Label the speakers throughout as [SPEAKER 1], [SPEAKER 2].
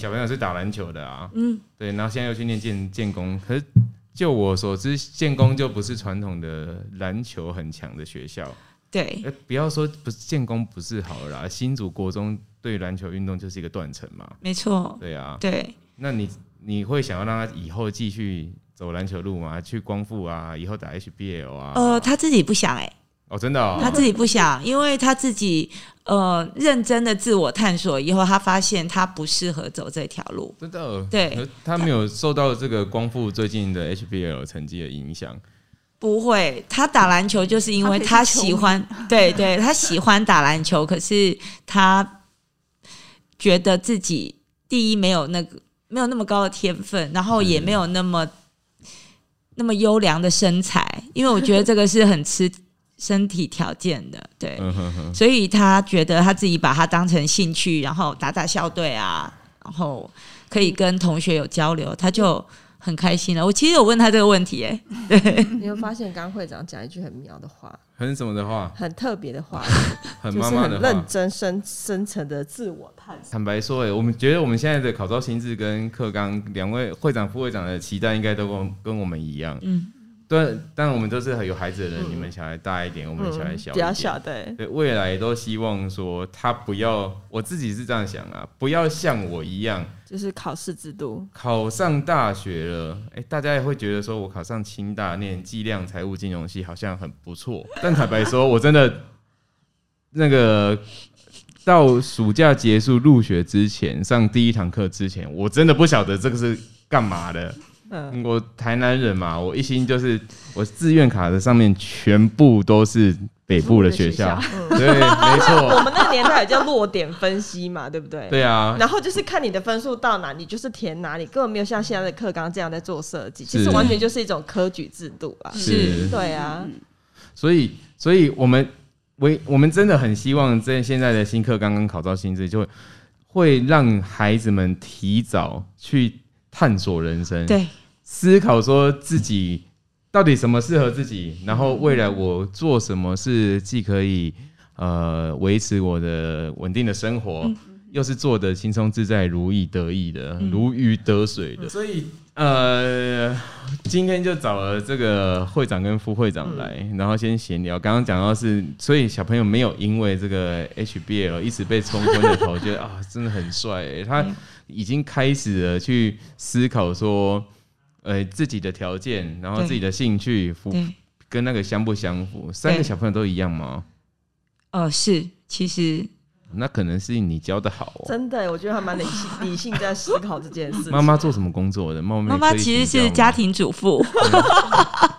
[SPEAKER 1] 小朋友是打篮球的啊，
[SPEAKER 2] 嗯，
[SPEAKER 1] 对，然后现在又去念建建工，可是就我所知，建工就不是传统的篮球很强的学校。
[SPEAKER 2] 对
[SPEAKER 1] 呃，不要说不是建工不是好了啦，新竹国中对篮球运动就是一个断层嘛。
[SPEAKER 2] 没错，
[SPEAKER 1] 对啊，
[SPEAKER 2] 对，
[SPEAKER 1] 那你你会想要让他以后继续走篮球路吗？去光复啊，以后打 HBL 啊？
[SPEAKER 2] 呃，他自己不想哎、
[SPEAKER 1] 哦，真的哦，
[SPEAKER 2] 他自己不想，因为他自己呃认真的自我探索以后，他发现他不适合走这条路。
[SPEAKER 1] 真的哦
[SPEAKER 2] 对，
[SPEAKER 1] 可他没有受到这个光复最近的 HBL 成绩的影响。
[SPEAKER 2] 不会，他打篮球就是因为他喜欢， 对对，他喜欢打篮球，可是他觉得自己第一没有那个没有那么高的天分，然后也没有那么、那么优良的身材，因为我觉得这个是很吃身体条件的，对，
[SPEAKER 1] 嗯哼哼，
[SPEAKER 2] 所以他觉得他自己把它当成兴趣，然后打打校队啊，然后可以跟同学有交流，他就很开心了。我其实有问他这个问题、欸，
[SPEAKER 3] 你
[SPEAKER 1] 嗯
[SPEAKER 3] 会发现，刚刚会长讲一句很妙的话，
[SPEAKER 1] 很什么的话，
[SPEAKER 3] 很特别的话，
[SPEAKER 1] 很
[SPEAKER 3] 就
[SPEAKER 1] 妈
[SPEAKER 3] 是
[SPEAKER 1] 妈
[SPEAKER 3] 很
[SPEAKER 1] 的
[SPEAKER 3] 认
[SPEAKER 1] 话。
[SPEAKER 3] 真深深层的自我探索。
[SPEAKER 1] 坦白说、欸，我们觉得我们现在的考招心智跟课纲，两位会长、副会长的期待应该都跟跟我们一样。
[SPEAKER 2] 嗯，
[SPEAKER 1] 对，但我们都是很有孩子的人，
[SPEAKER 3] 嗯
[SPEAKER 1] 你们小孩大一点，我们小孩小一
[SPEAKER 3] 比较
[SPEAKER 1] 点。
[SPEAKER 3] 小，对，
[SPEAKER 1] 对未来都希望说他不要，我自己是这样想啊，不要像我一样
[SPEAKER 3] 就是考试制度，
[SPEAKER 1] 考上大学了，哎、大家也会觉得说我考上清大念计量财务金融系好像很不错， 但坦白说，我真的那个到暑假结束入学之前上第一堂课之前，我真的不晓得这个是干嘛的。
[SPEAKER 3] 嗯，
[SPEAKER 1] 我台南人嘛，我一心就是我志愿卡的上面全部都是北部的学校，对，没
[SPEAKER 3] 我
[SPEAKER 1] 错，
[SPEAKER 3] 们那个年代有叫落点分析嘛，对不对？
[SPEAKER 1] 对啊，
[SPEAKER 3] 然后就是看你的分数到哪，你就是填哪里，根本没有像现在的课纲这样在做设计，其
[SPEAKER 1] 是
[SPEAKER 3] 实完全就是一种科举制度啊。
[SPEAKER 1] 是
[SPEAKER 3] 对啊，
[SPEAKER 1] 所以，所以我们为我们真的很希望在现在的新课刚刚考到新制，就会会让孩子们提早去探索人生，
[SPEAKER 2] 对，
[SPEAKER 1] 思考说自己到底什么适合自己，然后未来我做什么是既可以呃维持我的稳定的生活，
[SPEAKER 2] 嗯
[SPEAKER 1] 又是做的轻松自在、如意得意的、如鱼得水的。嗯所以呃，今天就找了这个会长跟副会长来，
[SPEAKER 2] 嗯
[SPEAKER 1] 然后先闲聊。刚刚讲到是，所以小朋友没有因为这个 HBL 一直被冲昏了头，觉得 啊真的很帅欸、
[SPEAKER 2] 嗯
[SPEAKER 1] 他已经开始了去思考说。呃，自己的条件，然后
[SPEAKER 2] 对
[SPEAKER 1] 自己的兴趣，符
[SPEAKER 2] 对。
[SPEAKER 1] 跟那个相不相符？三个
[SPEAKER 2] 对
[SPEAKER 1] 小朋友都一样吗？
[SPEAKER 2] 呃，是，其实
[SPEAKER 1] 那可能是你教的好哦。
[SPEAKER 3] 真的，我觉得还蛮理性理性在思考这件事。
[SPEAKER 1] 妈妈做什么工作的？妈妈
[SPEAKER 2] 妈妈其实是家。庭主妇，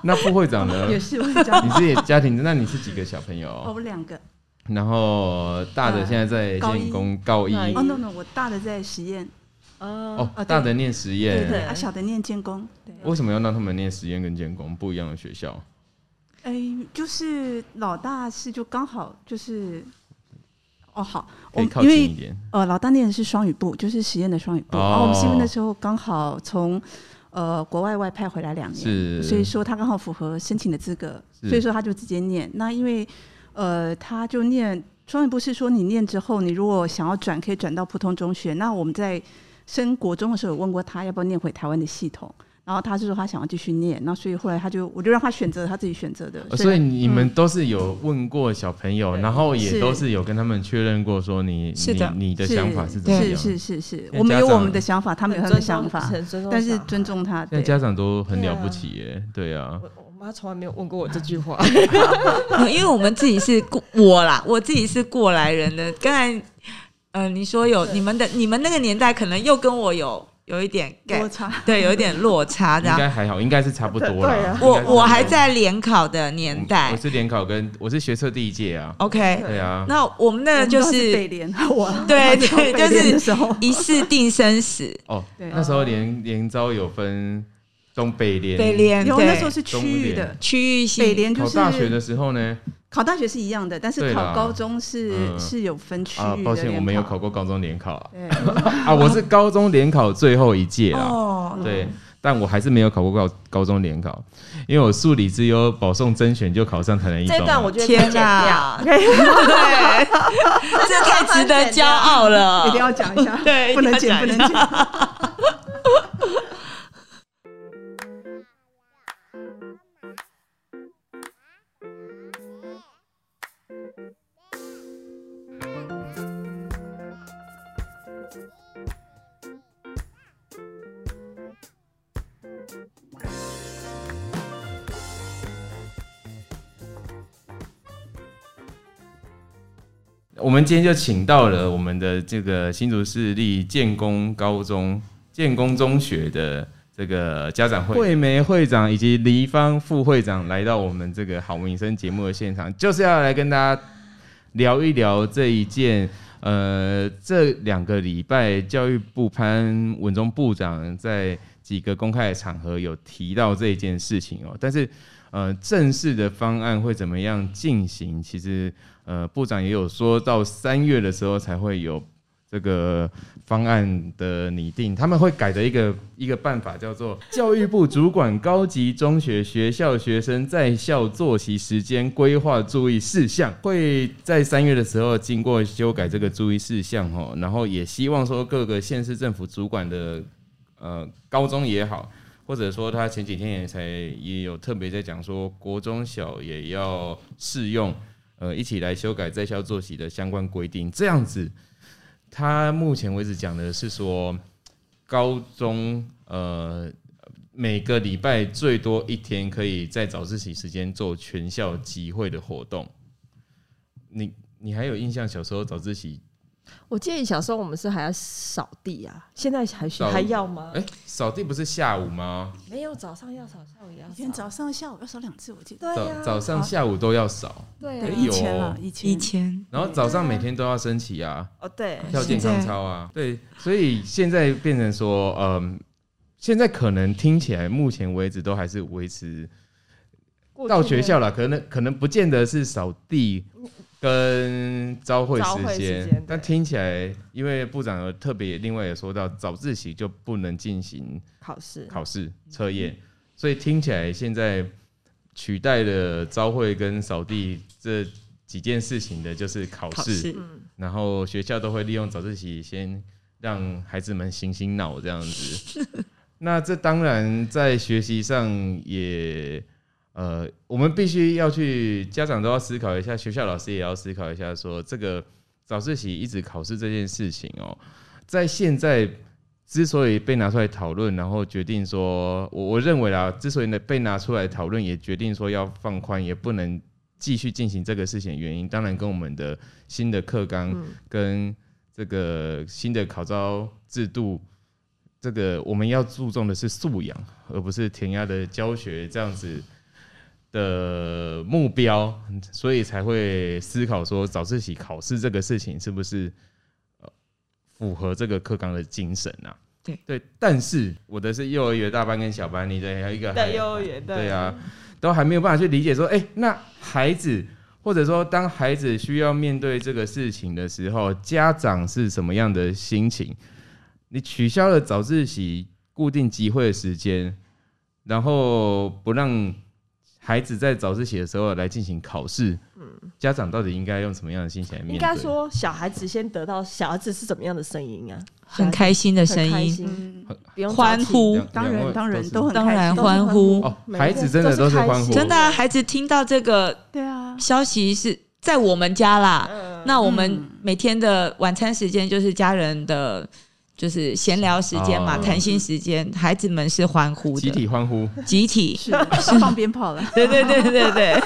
[SPEAKER 1] 那副会长呢？
[SPEAKER 4] 也是我讲，
[SPEAKER 1] 你是家庭，那你是几个小朋
[SPEAKER 4] 哦
[SPEAKER 1] 友？
[SPEAKER 4] 我两个。
[SPEAKER 1] 然后大的
[SPEAKER 4] 呃
[SPEAKER 1] 现在在
[SPEAKER 4] 高一
[SPEAKER 1] 建工高一
[SPEAKER 3] 高一
[SPEAKER 4] 哦 no no，我大的在实验，
[SPEAKER 3] 哦，
[SPEAKER 1] 哦，
[SPEAKER 4] 对
[SPEAKER 1] 大的念实
[SPEAKER 4] 对对，
[SPEAKER 1] 验。
[SPEAKER 4] 啊小的念建工，对，
[SPEAKER 1] 为什么要让他们念实验跟建工不一样的学校？
[SPEAKER 4] 哎，就是老大是就刚好就是，哦好，我
[SPEAKER 1] 可以
[SPEAKER 4] 们
[SPEAKER 1] 靠
[SPEAKER 4] 因
[SPEAKER 1] 近一
[SPEAKER 4] 为
[SPEAKER 1] 点。
[SPEAKER 4] 呃老大念的是双语部，就是实验的双语部，
[SPEAKER 1] 哦
[SPEAKER 4] 然后我们是因为那时候刚好从呃国外外派回来两年，
[SPEAKER 1] 是，
[SPEAKER 4] 所以说他刚好符合申请的资格，
[SPEAKER 1] 是
[SPEAKER 4] 所以说他就直接念。那因为呃，他就念双语部是说你念之后，你如果想要转，可以转到普通中学。那我们在升国中的时候有问过他要不要念回台湾的系统，然后他是说他想要继续念，那所以后来他就我就让他选择他自己选择的。
[SPEAKER 1] 哦所以你们都是有问过小朋友，然后也
[SPEAKER 4] 是
[SPEAKER 1] 都是有跟他们确认过说你
[SPEAKER 2] 是的
[SPEAKER 1] 你你的
[SPEAKER 4] 是
[SPEAKER 1] 想法是怎么样？
[SPEAKER 4] 是是是是，
[SPEAKER 1] 在
[SPEAKER 4] 我们有
[SPEAKER 1] 家长
[SPEAKER 4] 我们的想法，他们有他们
[SPEAKER 3] 尊
[SPEAKER 4] 的想
[SPEAKER 3] 重
[SPEAKER 4] 法，
[SPEAKER 3] 很尊重
[SPEAKER 4] 但是
[SPEAKER 3] 小孩
[SPEAKER 4] 尊重他。
[SPEAKER 1] 现在
[SPEAKER 4] 对，
[SPEAKER 1] 家长都很了不起耶，对啊，
[SPEAKER 3] 我我妈从来没有问过我这句话，
[SPEAKER 2] 呃因为我们自己是过我啦，我自己是过来人的。刚才，呃，你说有你们的，你们那个年代可能又跟我有有一点 gap，
[SPEAKER 4] 多差。
[SPEAKER 2] 对，有一点落差这
[SPEAKER 1] 应
[SPEAKER 2] 样。
[SPEAKER 1] 该还好，应该是差不多
[SPEAKER 3] 对对
[SPEAKER 1] 啦
[SPEAKER 2] 我
[SPEAKER 3] 啊。
[SPEAKER 1] 应该是差不多
[SPEAKER 2] 我还在联考的年
[SPEAKER 1] 我
[SPEAKER 2] 代
[SPEAKER 1] 是联考跟我是学测第一届啊，
[SPEAKER 2] ，OK，
[SPEAKER 1] 对啊，
[SPEAKER 2] 那我们那个就
[SPEAKER 4] 我们都
[SPEAKER 2] 是
[SPEAKER 4] 被连，啊我
[SPEAKER 2] 对
[SPEAKER 4] 我只靠
[SPEAKER 2] 对
[SPEAKER 4] 被
[SPEAKER 2] 就是
[SPEAKER 4] 连的时候
[SPEAKER 2] 一试定生死，
[SPEAKER 1] 哦，
[SPEAKER 4] 对
[SPEAKER 1] 那时候联联招有分中北联，
[SPEAKER 2] 北联
[SPEAKER 4] 有那时候
[SPEAKER 2] 对
[SPEAKER 4] 是区域
[SPEAKER 1] 中午
[SPEAKER 4] 的
[SPEAKER 1] 点，
[SPEAKER 2] 区域
[SPEAKER 4] 北
[SPEAKER 2] 性，
[SPEAKER 4] 联就
[SPEAKER 1] 考
[SPEAKER 4] 是
[SPEAKER 1] 大学的时候呢，
[SPEAKER 4] 考大学是一样的，但
[SPEAKER 1] 对
[SPEAKER 4] 是
[SPEAKER 1] 啦
[SPEAKER 4] 考高中是、
[SPEAKER 1] 嗯
[SPEAKER 4] 是有分区域的、
[SPEAKER 1] 啊，抱歉，我没有考。过高中联考啊，
[SPEAKER 4] 对，
[SPEAKER 1] 啊，我是高中联考最后一届啊，
[SPEAKER 2] 哦，
[SPEAKER 1] 对，但我还是没有考过高高中联考，因为我数理之优保送甄选就考上台南一中
[SPEAKER 3] 这
[SPEAKER 1] 了。
[SPEAKER 3] 一段我觉得可以
[SPEAKER 2] 天
[SPEAKER 3] 剪掉
[SPEAKER 2] 哪，
[SPEAKER 3] 可以
[SPEAKER 2] 对，这太值得骄傲了，，
[SPEAKER 4] 一定要讲一下
[SPEAKER 2] 对
[SPEAKER 4] 不能
[SPEAKER 2] 一定
[SPEAKER 4] 剪，
[SPEAKER 2] 要
[SPEAKER 4] 不能
[SPEAKER 2] 讲一
[SPEAKER 4] 剪。
[SPEAKER 1] 我们今天就请到了我们的这个新竹市立建工高中、建工中学的这个家长会惠梅会长以及黎芳副会长来到我们这个好民生节目的现场，就是要来跟大家聊一聊这一件。呃，这两个礼拜，教育部潘文忠部长在几个公开的场合有提到这件事情哦，但是，呃，正式的方案会怎么样进行，其实呃，部长也有说到三月的时候才会有这个方案的拟定，他们会改的一个一个办法叫做《教育部主管高级中学学校学生在校作息时间规划注意事项》，会在三月的时候经过修改这个注意事项哦，然后也希望说各个县市政府主管的呃高中也好。或者说，他前几天也才也有特别在讲说，国中小也要适用呃一起来修改在校作息的相关规定。这样子，他目前为止讲的是说，高中呃每个礼拜最多一天可以在早自习时间做全校集会的活动。你你还有印象小时候早自习
[SPEAKER 3] 我建议小时候我们是还要扫地啊，现在还需
[SPEAKER 1] 扫
[SPEAKER 3] 还要吗？
[SPEAKER 1] 哎扫地不是下午吗？
[SPEAKER 3] 没有，早上要扫，下午也要
[SPEAKER 4] 以前
[SPEAKER 3] 扫。
[SPEAKER 4] 早上、下午要扫两次，我记得。
[SPEAKER 3] 对
[SPEAKER 1] 早
[SPEAKER 3] 啊，
[SPEAKER 1] 早上、下午都要扫，
[SPEAKER 3] 对
[SPEAKER 1] 哎呦
[SPEAKER 4] 对，
[SPEAKER 3] 啊，
[SPEAKER 4] 以前啊，以前
[SPEAKER 2] 以前
[SPEAKER 1] 然后早上每天都要升旗啊。
[SPEAKER 3] 哦对，
[SPEAKER 1] 跳健康操啊，对，所以现在变成说，嗯，现在可能听起来，目前为止都还是维持
[SPEAKER 3] 过去
[SPEAKER 1] 到
[SPEAKER 3] 那
[SPEAKER 1] 学校了，可能可能不见得是扫地跟朝会
[SPEAKER 3] 朝会
[SPEAKER 1] 时
[SPEAKER 3] 时
[SPEAKER 1] 间
[SPEAKER 3] 间，
[SPEAKER 1] 但
[SPEAKER 3] 对
[SPEAKER 1] 听起来，因为部长有特别另外也说到，早自习就不能进行
[SPEAKER 3] 考试，
[SPEAKER 1] 考试测验，所以听起来现在取代了朝会跟扫地这几件事情的就是考
[SPEAKER 2] 考
[SPEAKER 1] 试。
[SPEAKER 2] 试
[SPEAKER 3] 嗯，
[SPEAKER 1] 然后学校都会利用早自习先让孩子们醒醒脑这样子。 那这当然在学习上也，呃，我们必须要去家长都要思考一下，学校老师也要思考一下说这个早自习一直考试这件事情哦，在现在。之所以被拿出来讨论，然后决定说，我我认为啦，之所以呢被拿出来讨论，也决定说要放宽，也不能继续进行这个事情的原因，当然跟我们的新的课纲
[SPEAKER 3] 嗯
[SPEAKER 1] 跟这个新的考招制度，这个我们要注重的是素养，而不是填鸭的教学这样子的目标，所以才会思考说早自习考试这个事情是不是呃符合这个课纲的精神啊？
[SPEAKER 2] 对
[SPEAKER 1] 对，但是我的是幼儿园大班跟小班，你的还有一个还
[SPEAKER 3] 对幼儿园
[SPEAKER 1] 对啊，都还没有办法去理解说，哎、那孩子或者说当孩子需要面对这个事情的时候，家长是什么样的心情？你取消了早自习固定集会的时间，然后不让孩子在早自习的时候来进行考试，家长到底应该用什么样的心情来面对？
[SPEAKER 3] 嗯应该说小孩子先得到小孩子是怎么样的声音啊？
[SPEAKER 2] 很开心的
[SPEAKER 3] 很
[SPEAKER 2] 声
[SPEAKER 3] 开
[SPEAKER 2] 音，
[SPEAKER 3] 心，
[SPEAKER 4] 嗯，
[SPEAKER 3] 不用
[SPEAKER 2] 欢
[SPEAKER 3] 着急
[SPEAKER 2] 呼
[SPEAKER 1] 两，
[SPEAKER 4] 当
[SPEAKER 1] 两位
[SPEAKER 4] 然当然
[SPEAKER 1] 是
[SPEAKER 4] 都很
[SPEAKER 2] 当然
[SPEAKER 4] 开心都是
[SPEAKER 2] 欢呼
[SPEAKER 1] 啊哦，
[SPEAKER 3] 嗯每
[SPEAKER 1] 孩
[SPEAKER 3] 个
[SPEAKER 1] 子真的都
[SPEAKER 3] 都
[SPEAKER 1] 是
[SPEAKER 3] 是
[SPEAKER 1] 欢
[SPEAKER 3] 开
[SPEAKER 1] 呼，
[SPEAKER 3] 心
[SPEAKER 2] 真的、啊，孩子听到这个
[SPEAKER 4] 对 啊，
[SPEAKER 2] 消息是在我们家啦。
[SPEAKER 3] 嗯，
[SPEAKER 2] 那我们每天的晚餐时间就是家人的，就是闲聊时间嘛，
[SPEAKER 1] 哦
[SPEAKER 2] 谈心时间，孩子们是欢呼
[SPEAKER 1] 集
[SPEAKER 2] 的，
[SPEAKER 1] 体欢呼。
[SPEAKER 2] 集体，
[SPEAKER 4] 是是放鞭炮了。
[SPEAKER 2] 对对对对对，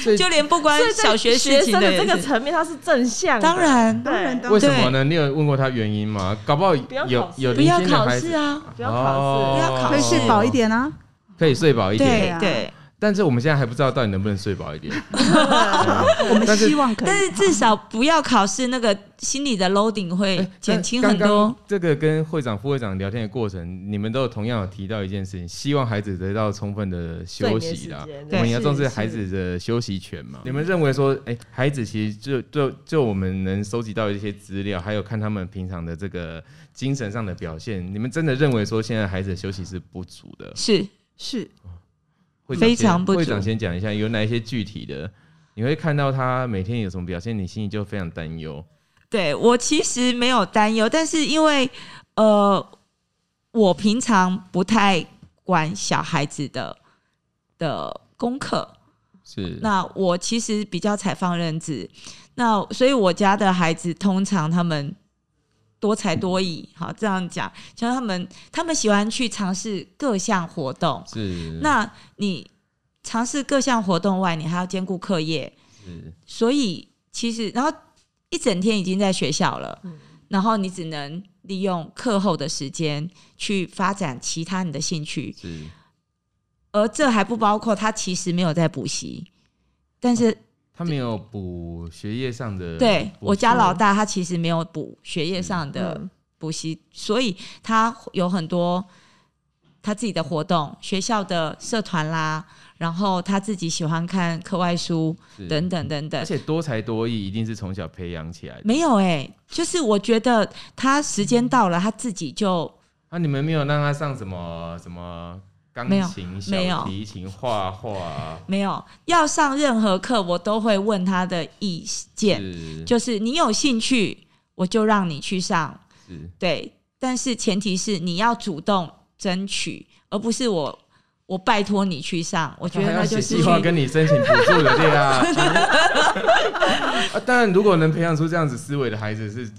[SPEAKER 1] 所以
[SPEAKER 2] 就连不关
[SPEAKER 3] 所以在
[SPEAKER 2] 小学
[SPEAKER 3] 学
[SPEAKER 2] 事情
[SPEAKER 3] 生的
[SPEAKER 2] 也
[SPEAKER 3] 这个
[SPEAKER 2] 是
[SPEAKER 3] 层面，它是正向的，
[SPEAKER 2] 当然
[SPEAKER 3] 对
[SPEAKER 4] 当然当
[SPEAKER 1] 为什么呢？你有问过他原因吗？搞不好
[SPEAKER 3] 不要
[SPEAKER 1] 有
[SPEAKER 3] 考试啊
[SPEAKER 1] 有
[SPEAKER 2] 不要
[SPEAKER 1] 零星的
[SPEAKER 2] 考
[SPEAKER 1] 孩
[SPEAKER 2] 试
[SPEAKER 1] 子
[SPEAKER 2] 啊，
[SPEAKER 1] 哦
[SPEAKER 3] 不要
[SPEAKER 2] 不
[SPEAKER 3] 考试，
[SPEAKER 2] 要考
[SPEAKER 4] 可以
[SPEAKER 2] 试
[SPEAKER 4] 睡饱一点啊，
[SPEAKER 1] 可以睡饱一点。
[SPEAKER 2] 对
[SPEAKER 4] 啊
[SPEAKER 2] 对，
[SPEAKER 1] 但是我们现在还不知道到底能不能睡饱一点。
[SPEAKER 4] 我们
[SPEAKER 1] 但是
[SPEAKER 4] 希望可以
[SPEAKER 2] 但。是至少不要考试，那个心理的 loading 会减轻很
[SPEAKER 1] 那刚
[SPEAKER 2] 多
[SPEAKER 1] 刚。这个跟会长、副会长聊天的过程，你们都有同样有提到一件事情，希望孩子得到充分的休息啦
[SPEAKER 3] 睡眠时。
[SPEAKER 1] 我
[SPEAKER 3] 间
[SPEAKER 1] 们也要
[SPEAKER 3] 是
[SPEAKER 1] 重视
[SPEAKER 3] 是
[SPEAKER 1] 孩子的休息权嘛。你们认为说，哎、孩子其实就就就我们能收集到一些资料，还有看他们平常的这个精神上的表现，你们真的认为说现在孩子的休息是不足的？
[SPEAKER 2] 是
[SPEAKER 4] 是
[SPEAKER 1] 会长
[SPEAKER 2] 非
[SPEAKER 1] 先
[SPEAKER 2] 常不足
[SPEAKER 1] 会长先讲一下有哪一些具体的，你会看到他每天有什么表现，你心里就非常担忧。
[SPEAKER 2] 对我其实没有担忧，但是因为呃，我平常不太管小孩子的的功课，
[SPEAKER 1] 是
[SPEAKER 2] 那我其实比较采放任制，那所以我家的孩子通常他们多才多艺，好这样讲，像他们他们喜欢去尝试各项活动。
[SPEAKER 1] 是
[SPEAKER 2] 那你尝试各项活动外，你还要兼顾课业，
[SPEAKER 1] 是
[SPEAKER 2] 所以其实然后一整天已经在学校了，然后你只能利用课后的时间去发展其他你的兴趣。
[SPEAKER 1] 是
[SPEAKER 2] 而这还不包括他其实没有在补习，但是
[SPEAKER 1] 他没有补学业上的，
[SPEAKER 2] 对
[SPEAKER 1] 补
[SPEAKER 2] 我家
[SPEAKER 1] 习
[SPEAKER 2] 老大他其实没有补学业上的
[SPEAKER 3] 嗯
[SPEAKER 2] 补习，所以他有很多他自己的活动，学校的社团啦，然后他自己喜欢看课外书
[SPEAKER 1] 是嗯
[SPEAKER 2] 等等等等
[SPEAKER 1] 而。且多才多艺一定是从小培养起来的。
[SPEAKER 2] 没有哎、就是我觉得他时间到了，他自己就
[SPEAKER 1] 啊，你们没有让他上什么什么钢
[SPEAKER 2] 没有
[SPEAKER 1] 琴、
[SPEAKER 2] 没
[SPEAKER 1] 小
[SPEAKER 2] 有
[SPEAKER 1] 提琴、画啊画，
[SPEAKER 2] 没有要上任何课，我都会问他的意见，
[SPEAKER 1] 是
[SPEAKER 2] 就是你有兴趣，我就让你去上，
[SPEAKER 1] 是
[SPEAKER 2] 对，但是前提是你要主动争取，而不是我我拜托你去上。我觉
[SPEAKER 1] 他
[SPEAKER 2] 得
[SPEAKER 1] 还要
[SPEAKER 2] 那就
[SPEAKER 1] 写
[SPEAKER 2] 是
[SPEAKER 1] 计划
[SPEAKER 2] 去
[SPEAKER 1] 跟你申请补助的，对啦。 啊当然，如果能培养出这样子思维的孩子是，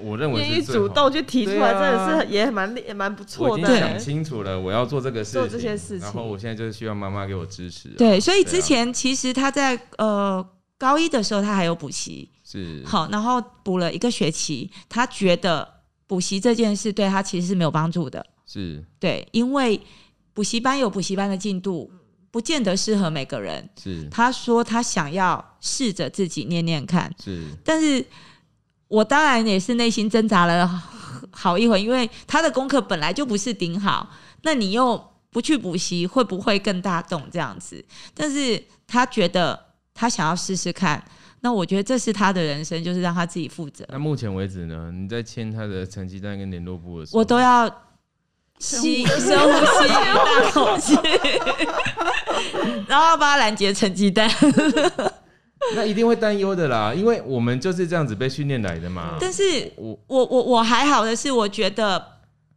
[SPEAKER 1] 我认为
[SPEAKER 3] 愿
[SPEAKER 1] 是
[SPEAKER 3] 意
[SPEAKER 1] 最好
[SPEAKER 3] 主动去提出来，
[SPEAKER 1] 对啊
[SPEAKER 3] 真的是也蛮也蛮不
[SPEAKER 1] 我
[SPEAKER 3] 错
[SPEAKER 1] 已
[SPEAKER 3] 的
[SPEAKER 1] 经
[SPEAKER 3] 欸。
[SPEAKER 1] 想清楚了，我要做这个事情，
[SPEAKER 3] 做这些事情
[SPEAKER 1] 然后我现在就是希望妈妈给我支持啊、
[SPEAKER 2] 对，所以
[SPEAKER 1] 对啊
[SPEAKER 2] 之前其实他在呃高一的时候他还有补习，
[SPEAKER 1] 是
[SPEAKER 2] 好，然后补了一个学期，他觉得补习这件事对他其实是没有帮助的，
[SPEAKER 1] 是
[SPEAKER 2] 对，因为补习班有补习班的进度，不见得适合每个人。
[SPEAKER 1] 是
[SPEAKER 2] 他说他想要试着自己念念看，
[SPEAKER 1] 是
[SPEAKER 2] 但是我当然也是内心挣扎了好一会，因为他的功课本来就不是顶好，那你又不去补习，会不会更大动这样子？但是他觉得他想要试试看，那我觉得这是他的人生，就是让他自己负责，
[SPEAKER 1] 那目前为止呢，你在签他的成绩单跟联络簿的时候，
[SPEAKER 2] 我都要吸深呼吸大口气，然后要帮他拦截成绩单。
[SPEAKER 1] 那一定会担忧的啦，因为我们就是这样子被训练来的嘛。
[SPEAKER 2] 但是
[SPEAKER 1] 我
[SPEAKER 2] 我我我还好的是，我觉得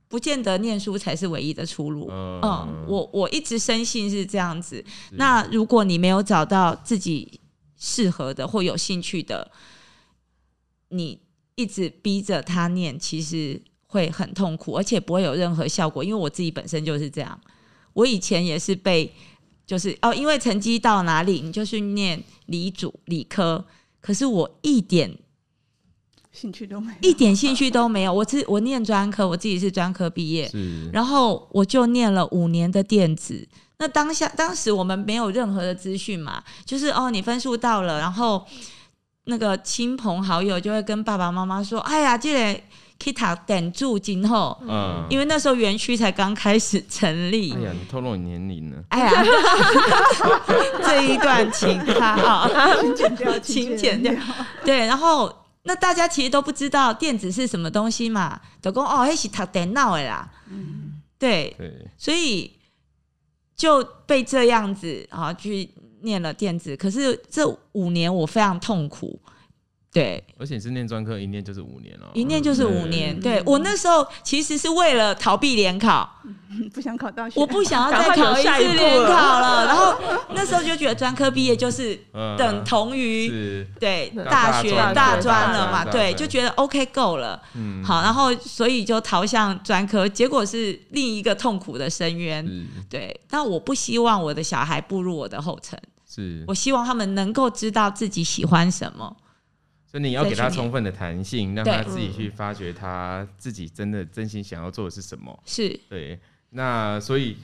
[SPEAKER 2] 不见得念书才是唯一的出路。
[SPEAKER 1] 嗯
[SPEAKER 2] 嗯，我我一直深信是这样子。那如果你没有找到自己适合的或有兴趣的，你一直逼着他念，其实会很痛苦，而且不会有任何效果。因为我自己本身就是这样，我以前也是被就是哦，因为成绩到哪里你就去念理组理科，可是我一点
[SPEAKER 4] 兴趣都没有。
[SPEAKER 2] 一点兴趣都没有。我自我念专科，我自己是专科毕业，
[SPEAKER 1] 是
[SPEAKER 2] 然后我就念了五年的电子。那当下当时我们没有任何的资讯嘛，就是哦，你分数到了，然后那个亲朋好友就会跟爸爸妈妈说：“哎呀，这个 Kita 等住今后，
[SPEAKER 1] 嗯
[SPEAKER 2] 因为那时候园区才刚开始成立。
[SPEAKER 1] 哎呀，你透露你年龄了，
[SPEAKER 2] 哎呀， 这一段请他啊。
[SPEAKER 4] 请剪 掉，
[SPEAKER 2] 请
[SPEAKER 4] 剪
[SPEAKER 2] 剪掉。对，然后那大家其实都不知道电子是什么东西嘛，就讲哦，那是读电脑的啦。对，
[SPEAKER 1] 对，
[SPEAKER 2] 所以就被这样子啊去念了电子，可是这五年我非常痛苦。对，
[SPEAKER 1] 而且你是念专科，一念就是五年哦，
[SPEAKER 2] 一念就是五
[SPEAKER 1] 嗯
[SPEAKER 2] 年。对我那时候其实是为了逃避联考，
[SPEAKER 1] 嗯
[SPEAKER 4] 不想考大学，
[SPEAKER 2] 我不想要再考一次联考了。然后那时候就觉得专科毕业就是
[SPEAKER 1] 嗯
[SPEAKER 2] 等同于
[SPEAKER 1] 是
[SPEAKER 2] 对
[SPEAKER 3] 对
[SPEAKER 2] 大
[SPEAKER 1] 大
[SPEAKER 2] 学
[SPEAKER 1] 专
[SPEAKER 2] 大
[SPEAKER 3] 对
[SPEAKER 2] 专
[SPEAKER 3] 大
[SPEAKER 2] 了
[SPEAKER 1] 专
[SPEAKER 2] 嘛，
[SPEAKER 1] 大
[SPEAKER 2] 对，
[SPEAKER 1] 专
[SPEAKER 2] 就觉得 OK 够了，
[SPEAKER 1] 嗯
[SPEAKER 2] 好，然后所以就逃向专科，结果是另一个痛苦的深渊。
[SPEAKER 1] 是
[SPEAKER 2] 对，但我不希望我的小孩步入我的后尘，
[SPEAKER 1] 是
[SPEAKER 2] 我，希望他们能够知道自己喜欢什么。
[SPEAKER 1] 所以你要给他
[SPEAKER 2] 再去念
[SPEAKER 1] 充分的弹性，让他
[SPEAKER 2] 对
[SPEAKER 1] 自己去发掘他自己真的真心想要做的是什么。
[SPEAKER 2] 是
[SPEAKER 1] 对，那所以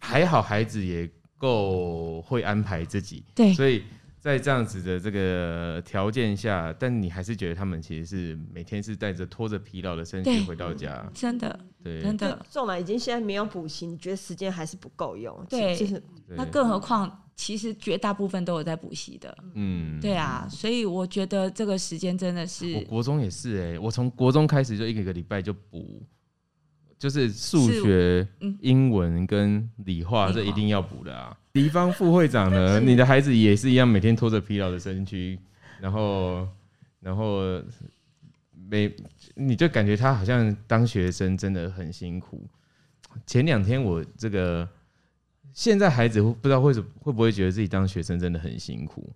[SPEAKER 1] 还好孩子也。够会安排自己，
[SPEAKER 2] 对
[SPEAKER 1] 所以在这样子的这个条件下，但你还是觉得他们其实是每天是带着拖着疲劳的身
[SPEAKER 2] 对
[SPEAKER 1] 躯回到家，
[SPEAKER 2] 真的
[SPEAKER 1] 对，
[SPEAKER 2] 真
[SPEAKER 3] 就
[SPEAKER 2] 的。
[SPEAKER 3] 纵然已经现在没有补习，你觉得时间还是不够用？
[SPEAKER 2] 对
[SPEAKER 3] 其实
[SPEAKER 1] 对
[SPEAKER 2] 那更何况，其实绝大部分都有在补习的，
[SPEAKER 1] 嗯，
[SPEAKER 2] 对啊，所以我觉得这个时间真的
[SPEAKER 1] 我
[SPEAKER 2] 是
[SPEAKER 1] 国中也是哎、我从国中开始就一个一个礼拜就补，就是数
[SPEAKER 2] 是
[SPEAKER 1] 学、
[SPEAKER 2] 嗯
[SPEAKER 1] 英文跟理化，
[SPEAKER 2] 理
[SPEAKER 1] 这一
[SPEAKER 2] 化
[SPEAKER 1] 定要补的啊。黎方副会长呢，你的孩子也是一样，每天拖着疲劳的身躯，然后，然后每你就感觉他好像当学生真的很辛苦。前两天我这个。现在孩子不知道会怎会不会觉得自己当学生真的很辛苦，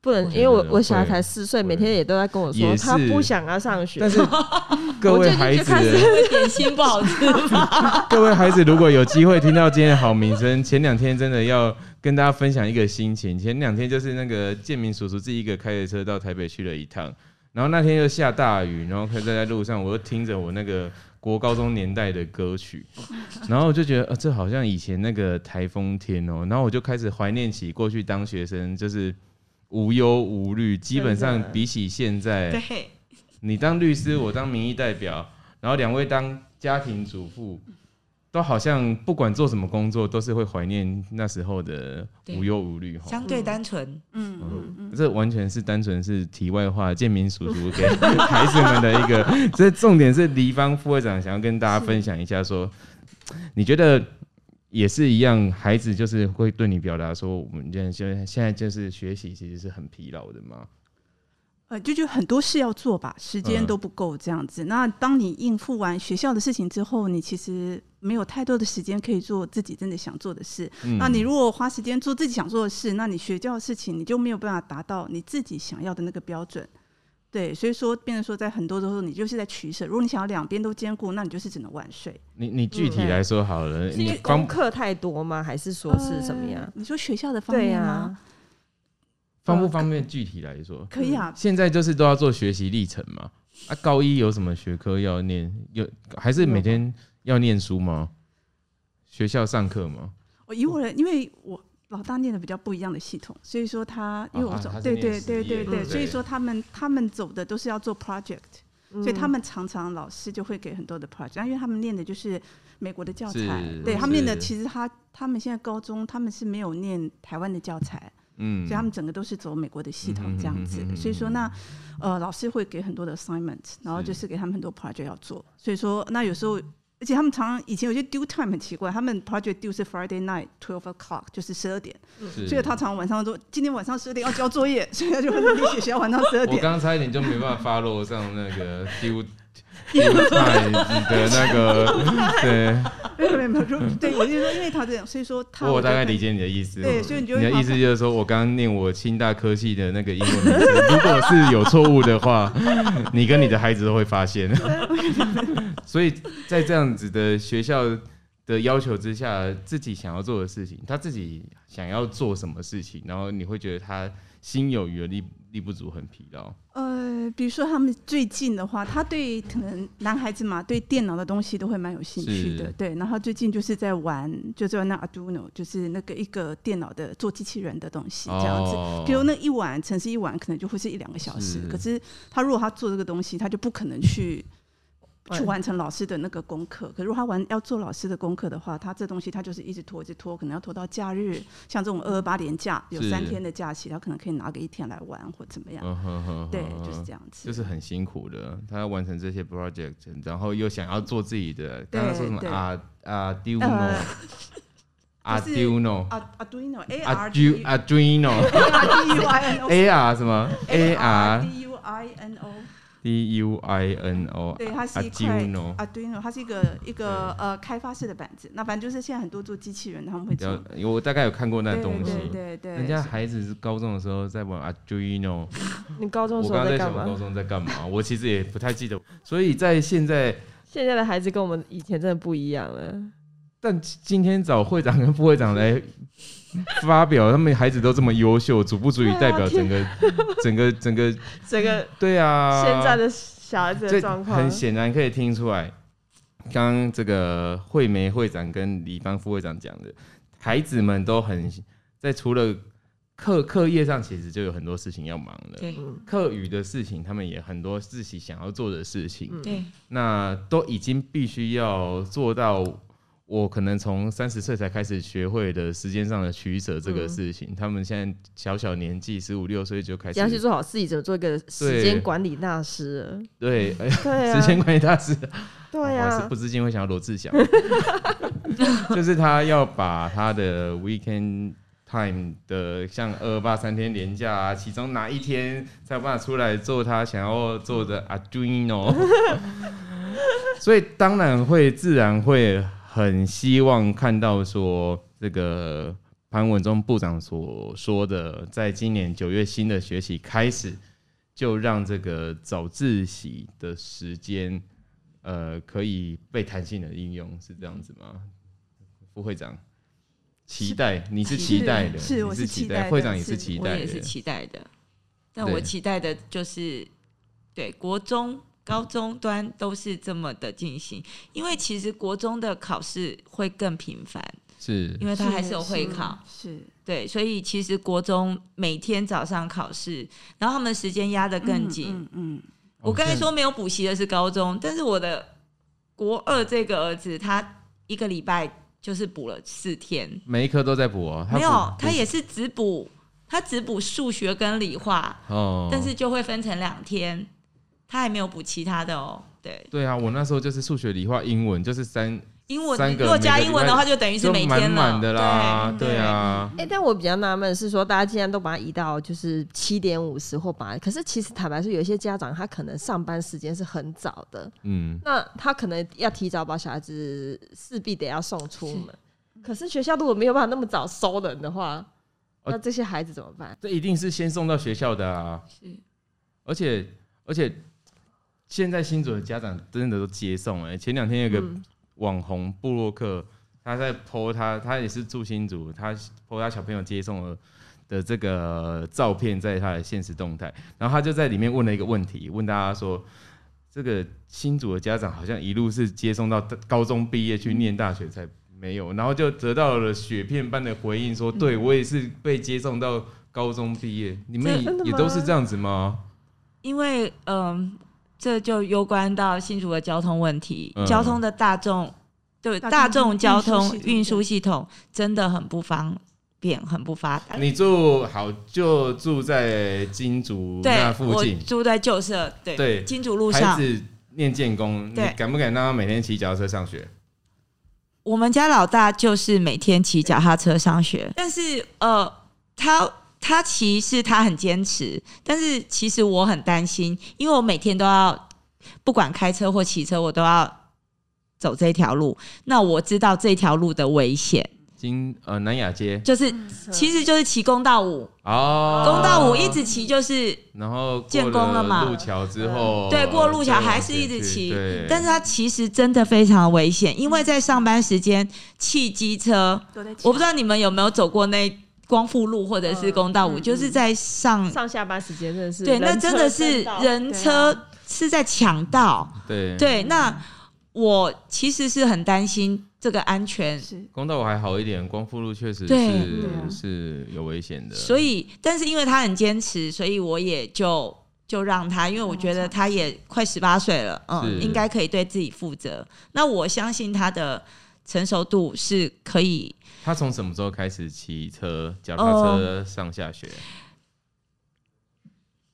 [SPEAKER 3] 不能
[SPEAKER 1] 我，觉
[SPEAKER 3] 因为我
[SPEAKER 1] 得
[SPEAKER 3] 我小孩
[SPEAKER 1] 会
[SPEAKER 3] 才四岁，
[SPEAKER 1] 会
[SPEAKER 3] 每天也都在跟我
[SPEAKER 1] 也
[SPEAKER 3] 说他
[SPEAKER 1] 是
[SPEAKER 3] 不想要上学
[SPEAKER 1] 但。 是各
[SPEAKER 3] 我
[SPEAKER 1] 位
[SPEAKER 3] 最近就
[SPEAKER 1] 孩子
[SPEAKER 3] 开始
[SPEAKER 1] 的
[SPEAKER 2] 点心不好吃。
[SPEAKER 1] 各位孩子，如果有机会听到今天的好名声，前两天真的要跟大家分享一个心情。前两天就是那个建明叔叔自己一个开着车到台北去了一趟，然后那天又下大雨，然后开车在路上，我又听着我那个国高中年代的歌曲，然后我就觉得，呃，这好像以前那个台风天哦、然后我就开始怀念起过去当学生，就是无忧无虑，基本上
[SPEAKER 3] 真的
[SPEAKER 1] 比起现在，
[SPEAKER 2] 对，
[SPEAKER 1] 你当律师，我当民意代表，然后两位当家庭主妇，都好像不管做什么工作，都是会怀念那时候的无忧无虑哈。
[SPEAKER 2] 相对单纯，
[SPEAKER 4] 嗯嗯嗯，
[SPEAKER 1] 这完全是单纯是题外话，建民叔叔给 孩子们的一个，这重点是黎方副会长想要跟大家分享一下说，你觉得也是一样，孩子就是会对你表达说，我们现在就现在就是学习其实是很疲劳的嘛，
[SPEAKER 4] 呃，就就很多事要做吧，时间
[SPEAKER 1] 嗯
[SPEAKER 4] 都不够这样子。那当你应付完学校的事情之后，你其实没有太多的时间可以做自己真的想做的事。
[SPEAKER 1] 嗯
[SPEAKER 4] 那你如果花时间做自己想做的事，那你学校的事情你就没有办法达到你自己想要的那个标准。对，所以说，变成说，在很多时候你就是在取舍。如果你想要两边都兼顾，那你就是只能晚睡。
[SPEAKER 1] 你你具体来说好了，
[SPEAKER 3] 是因
[SPEAKER 1] 你
[SPEAKER 3] 为
[SPEAKER 1] 光
[SPEAKER 3] 功课太多吗？还是说是什么
[SPEAKER 4] 呃
[SPEAKER 3] 样？
[SPEAKER 4] 你说学校的方
[SPEAKER 3] 对啊
[SPEAKER 4] 面
[SPEAKER 3] 呀、
[SPEAKER 4] 吗？
[SPEAKER 1] 方不方便具体来说？
[SPEAKER 4] 可以啊，
[SPEAKER 1] 现在就是都要做学习历程嘛。啊，高一有什么学科要念？有还是每天要念书吗？学校上课吗？
[SPEAKER 4] 我哦以我的，因为我老大念的比较不一样的系统，所以说他因为我
[SPEAKER 1] 啊
[SPEAKER 4] 走
[SPEAKER 1] 他，是
[SPEAKER 4] 对
[SPEAKER 1] 念
[SPEAKER 4] 对
[SPEAKER 1] 实
[SPEAKER 4] 对对
[SPEAKER 1] 验
[SPEAKER 4] 对，
[SPEAKER 1] 嗯
[SPEAKER 4] 所以说他们他们走的都是要做 project，所以他们常常老师就会给很多的 project，因为他们念的就是美国的教材
[SPEAKER 1] 是，
[SPEAKER 4] 对他们念的
[SPEAKER 1] 是
[SPEAKER 4] 其实他他们现在高中他们是没有念台湾的教材，
[SPEAKER 1] 嗯
[SPEAKER 4] 所以他们整个都是走美国的系统这样
[SPEAKER 1] 嗯嗯
[SPEAKER 4] 子
[SPEAKER 1] 嗯嗯嗯嗯。
[SPEAKER 4] 所以说那呃老师会给很多的 assignment，然后就是给他们很多 project 要做。所以说那有时候。而且他们常常以前有些 due time 很奇怪，他们 project due 是 Friday night twelve o'clock，就是十二点，
[SPEAKER 1] 是
[SPEAKER 4] 所以他常常晚上说今天晚上十二点要交作业，所以他就会离学校晚上十二
[SPEAKER 1] 我
[SPEAKER 4] 点。
[SPEAKER 1] 刚差一点就没办法发落上那个 丢丢太的那个，对，
[SPEAKER 4] 没有没有没有，就对我就说因为他这样，所以说他
[SPEAKER 1] 我
[SPEAKER 4] 就
[SPEAKER 1] 大概
[SPEAKER 4] 看
[SPEAKER 1] 理解你的意思。
[SPEAKER 4] 对所以你就会
[SPEAKER 1] 的意思就是说我刚刚念我清大科系的那个英文名字，如果是有错误的话，你跟你的孩子都会发现。 所以在这样子的学校的要求之下，自己想要做的事情，他自己想要做什么事情，然后你会觉得他心有余而力力不足，很疲劳。
[SPEAKER 4] 呃，比如说他们最近的话，他对可能男孩子嘛，对电脑的东西都会蛮有兴趣的
[SPEAKER 1] 是，
[SPEAKER 4] 对。然后最近就是在玩，就是玩那 Arduino，就是那个一个电脑的做机器人的东西这样子。
[SPEAKER 1] 哦
[SPEAKER 4] 比如那一晚，城市一晚可能就会是一两个小时，
[SPEAKER 1] 是
[SPEAKER 4] 可是他如果他做这个东西，他就不可能去去完成老师的那个功课。可如果他完要做老师的功课的话，他这东西他就是一直拖，一直拖，可能要拖到假日。像这种二二八连假有
[SPEAKER 1] 是
[SPEAKER 4] 三天的假期，他可能可以拿个一天来玩或怎么样。
[SPEAKER 1] 嗯哼哼哼
[SPEAKER 4] 对，
[SPEAKER 1] 哼
[SPEAKER 4] 就是这样子。
[SPEAKER 1] 就是很辛苦的，他要完成这些 project，然后又想要做自己的，刚刚说什么
[SPEAKER 4] 对
[SPEAKER 1] 啊啊
[SPEAKER 4] 呃
[SPEAKER 1] Arduino
[SPEAKER 4] 就是
[SPEAKER 1] Arduino
[SPEAKER 4] Ar-
[SPEAKER 1] 啊
[SPEAKER 4] Arduino 啊 A R
[SPEAKER 1] Ardu-
[SPEAKER 4] D 哦
[SPEAKER 1] Arduino 啊
[SPEAKER 4] U I N O
[SPEAKER 1] A R 什么 A
[SPEAKER 4] R
[SPEAKER 1] R
[SPEAKER 4] D U I N O，
[SPEAKER 1] D U I N O 啊
[SPEAKER 4] 对，它是一块
[SPEAKER 1] Arduino，
[SPEAKER 4] Arduino，它是一个一个呃开发式的板子。那反正就是现在很多做机器人的他们会做
[SPEAKER 1] 然，后我大概有看过那
[SPEAKER 4] 对
[SPEAKER 1] 东西。
[SPEAKER 4] 对对对，
[SPEAKER 1] 人家孩子是高中的时候在玩 Arduino，
[SPEAKER 3] 你高中
[SPEAKER 1] 我
[SPEAKER 3] 时
[SPEAKER 1] 刚
[SPEAKER 3] 候
[SPEAKER 1] 刚在
[SPEAKER 3] 干
[SPEAKER 1] 想我高
[SPEAKER 3] 嘛？
[SPEAKER 1] 中在干嘛，我其实也不太记得。所以在现在
[SPEAKER 3] 现在的孩子跟我们以前真的不一样 了。
[SPEAKER 1] 但今天找会长跟副会长来发表，他们孩子都这么优秀，足不足以代
[SPEAKER 3] 啊
[SPEAKER 1] 表整个、整个、整个？
[SPEAKER 3] 这个
[SPEAKER 1] 对啊，
[SPEAKER 3] 现在的小孩子的
[SPEAKER 1] 这
[SPEAKER 3] 状
[SPEAKER 1] 很
[SPEAKER 3] 况，
[SPEAKER 1] 显然可以听出来，刚刚这个惠梅会长跟李芳副会长讲的，孩子们都很在除了课课业上，其实就有很多事情要忙了。
[SPEAKER 2] 对
[SPEAKER 3] 嗯
[SPEAKER 1] 课余的事情，他们也很多自己想要做的事情，
[SPEAKER 3] 嗯
[SPEAKER 2] 对，
[SPEAKER 1] 那都已经必须要做到。我可能从三十岁才开始学会的时间上的取舍这个
[SPEAKER 3] 嗯
[SPEAKER 1] 事情，他们现在小小年纪十五六岁就开
[SPEAKER 3] 只要去
[SPEAKER 1] 始
[SPEAKER 3] 做好自己，怎么做一个时间管理大师了？
[SPEAKER 1] 对、哎
[SPEAKER 3] 对啊，
[SPEAKER 1] 时间管理大师哦
[SPEAKER 3] 对
[SPEAKER 1] 我还是
[SPEAKER 3] 啊
[SPEAKER 1] 不，自禁会想到罗志祥， 就是他要把他的 weekend time 的像二八三天连假啊，其中哪一天才有办法出来做他想要做的 Arduino，所以当然会自然会很希望看到说这个。潘文忠部长所说的，在今年九月新的学期开始，就让这个早自习的时间，呃，可以被弹性的应用，是这样子吗？副会长，期待你是期待的，
[SPEAKER 4] 是
[SPEAKER 1] 你
[SPEAKER 4] 我
[SPEAKER 1] 是
[SPEAKER 4] 是
[SPEAKER 1] 期
[SPEAKER 4] 期待的
[SPEAKER 1] 会长也是
[SPEAKER 4] 是
[SPEAKER 1] 期
[SPEAKER 2] 我
[SPEAKER 1] 待
[SPEAKER 2] 也是
[SPEAKER 1] 的，
[SPEAKER 2] 期待的，但
[SPEAKER 1] 对
[SPEAKER 2] 我期待的就是对国中、高中端都是这么的进行，因为其实国中的考试会更频繁，
[SPEAKER 1] 是
[SPEAKER 2] 因为它还是有会考。
[SPEAKER 4] 是
[SPEAKER 2] 对，所以其实国中每天早上考试，然后他们时间压得更紧。
[SPEAKER 4] 嗯嗯，
[SPEAKER 2] 我刚才
[SPEAKER 1] 哦
[SPEAKER 2] 说没有补习的是高中，但是我的国二这个儿子，他一个礼拜就是补了四天，
[SPEAKER 1] 每一科都在补哦，
[SPEAKER 2] 没有，
[SPEAKER 1] 补
[SPEAKER 2] 他也是只补，他只补数学跟理化，
[SPEAKER 1] 哦，
[SPEAKER 2] 但是就会分成两天，他还没有补其他的哦。对，
[SPEAKER 1] 对啊，我那时候就是数学、理化、英文，就是三
[SPEAKER 2] 英文
[SPEAKER 1] 三个
[SPEAKER 2] 如果加
[SPEAKER 1] 每个
[SPEAKER 2] 英文
[SPEAKER 1] 礼拜
[SPEAKER 2] 的话，就等于是
[SPEAKER 1] 就
[SPEAKER 2] 每天了，
[SPEAKER 1] 满满的啦，
[SPEAKER 2] 对
[SPEAKER 1] 对，啊，
[SPEAKER 3] 哎、但我比较纳闷的是说，大家竟然都把它移到就是七点五十或八，可是其实坦白说，有一些家长他可能上班时间是很早的，
[SPEAKER 1] 嗯，
[SPEAKER 3] 那他可能要提早把小孩子势必得要送出门。可是学校如果没有办法那么早收人的话，
[SPEAKER 1] 呃
[SPEAKER 3] 那这些孩子怎么办？
[SPEAKER 1] 这一定是先送到学校的啊，
[SPEAKER 2] 是
[SPEAKER 1] 而且而且现在新竹的家长真的都接送哎、前两天有个
[SPEAKER 3] 嗯
[SPEAKER 1] 网红布洛克，他在 PO 他他也是住新竹，他 PO 他小朋友接送了的这个照片在他的现实动态，然后他就在里面问了一个问题，问大家说。这个新竹的家长好像一路是接送到高中毕业去念大学才没有，然后就得到了雪片般的回应说，
[SPEAKER 3] 嗯
[SPEAKER 1] 对我也是被接送到高中毕业，你们
[SPEAKER 3] 真的
[SPEAKER 1] 也也
[SPEAKER 3] 吗
[SPEAKER 1] 都是这样子吗？
[SPEAKER 2] 因为嗯，这就攸关到新竹的交通问题，
[SPEAKER 1] 嗯
[SPEAKER 2] 交通的大众对
[SPEAKER 4] 大众
[SPEAKER 2] 大众交
[SPEAKER 4] 运输
[SPEAKER 2] 通
[SPEAKER 4] 系统
[SPEAKER 2] 运输系统真的很不方便，很不发达。
[SPEAKER 1] 你住好就住在金竹那
[SPEAKER 2] 对，
[SPEAKER 1] 附
[SPEAKER 2] 我
[SPEAKER 1] 近，
[SPEAKER 2] 住在旧社，对，
[SPEAKER 1] 对
[SPEAKER 2] 金竹路
[SPEAKER 1] 孩
[SPEAKER 2] 上，
[SPEAKER 1] 子念建工，你
[SPEAKER 2] 对
[SPEAKER 1] 敢不敢让他每天骑脚踏车上学？
[SPEAKER 2] 我们家老大就是每天骑脚踏车上学，但是呃，他他骑是他很坚持，但是其实我很担心，因为我每天都要不管开车或骑车，我都要走这条路。那我知道这条路的危险，
[SPEAKER 1] 金呃南雅街
[SPEAKER 2] 就是
[SPEAKER 4] 嗯
[SPEAKER 2] 嗯其实就是骑公道五，
[SPEAKER 1] 哦，
[SPEAKER 2] 公道五一直骑就是，
[SPEAKER 1] 然哦后过
[SPEAKER 2] 建工了嘛
[SPEAKER 1] 路桥之后，
[SPEAKER 2] 对过路
[SPEAKER 1] 再
[SPEAKER 2] 桥
[SPEAKER 1] 往
[SPEAKER 2] 还是一直
[SPEAKER 1] 前去
[SPEAKER 2] 骑
[SPEAKER 1] 对，
[SPEAKER 2] 但是它其实真的非常危险，因为在上班时间汽机车。
[SPEAKER 4] 都在抢
[SPEAKER 2] 我不知道你们有没有走过那光复路或者是公道五，
[SPEAKER 4] 嗯嗯
[SPEAKER 2] 就是在上
[SPEAKER 3] 上下班时间真的是
[SPEAKER 2] 对，
[SPEAKER 3] 人
[SPEAKER 2] 那
[SPEAKER 3] 车
[SPEAKER 2] 真的是
[SPEAKER 3] 道
[SPEAKER 2] 人车是在抢道。
[SPEAKER 1] 对
[SPEAKER 2] 对，那我其实是很担心这个安全，
[SPEAKER 4] 是
[SPEAKER 1] 公道五还好一点，光复路确实
[SPEAKER 2] 对
[SPEAKER 1] 是
[SPEAKER 4] 对啊
[SPEAKER 1] 是有危险的，
[SPEAKER 2] 所以但是因为他很坚持，所以我也就就让他，因为我觉得他也快十八岁了，嗯，
[SPEAKER 1] 是
[SPEAKER 2] 应该可以对自己负责。那我相信他的成熟度是可以
[SPEAKER 1] 他从什么时候开始骑车脚踏
[SPEAKER 2] 哦
[SPEAKER 1] 车上下学？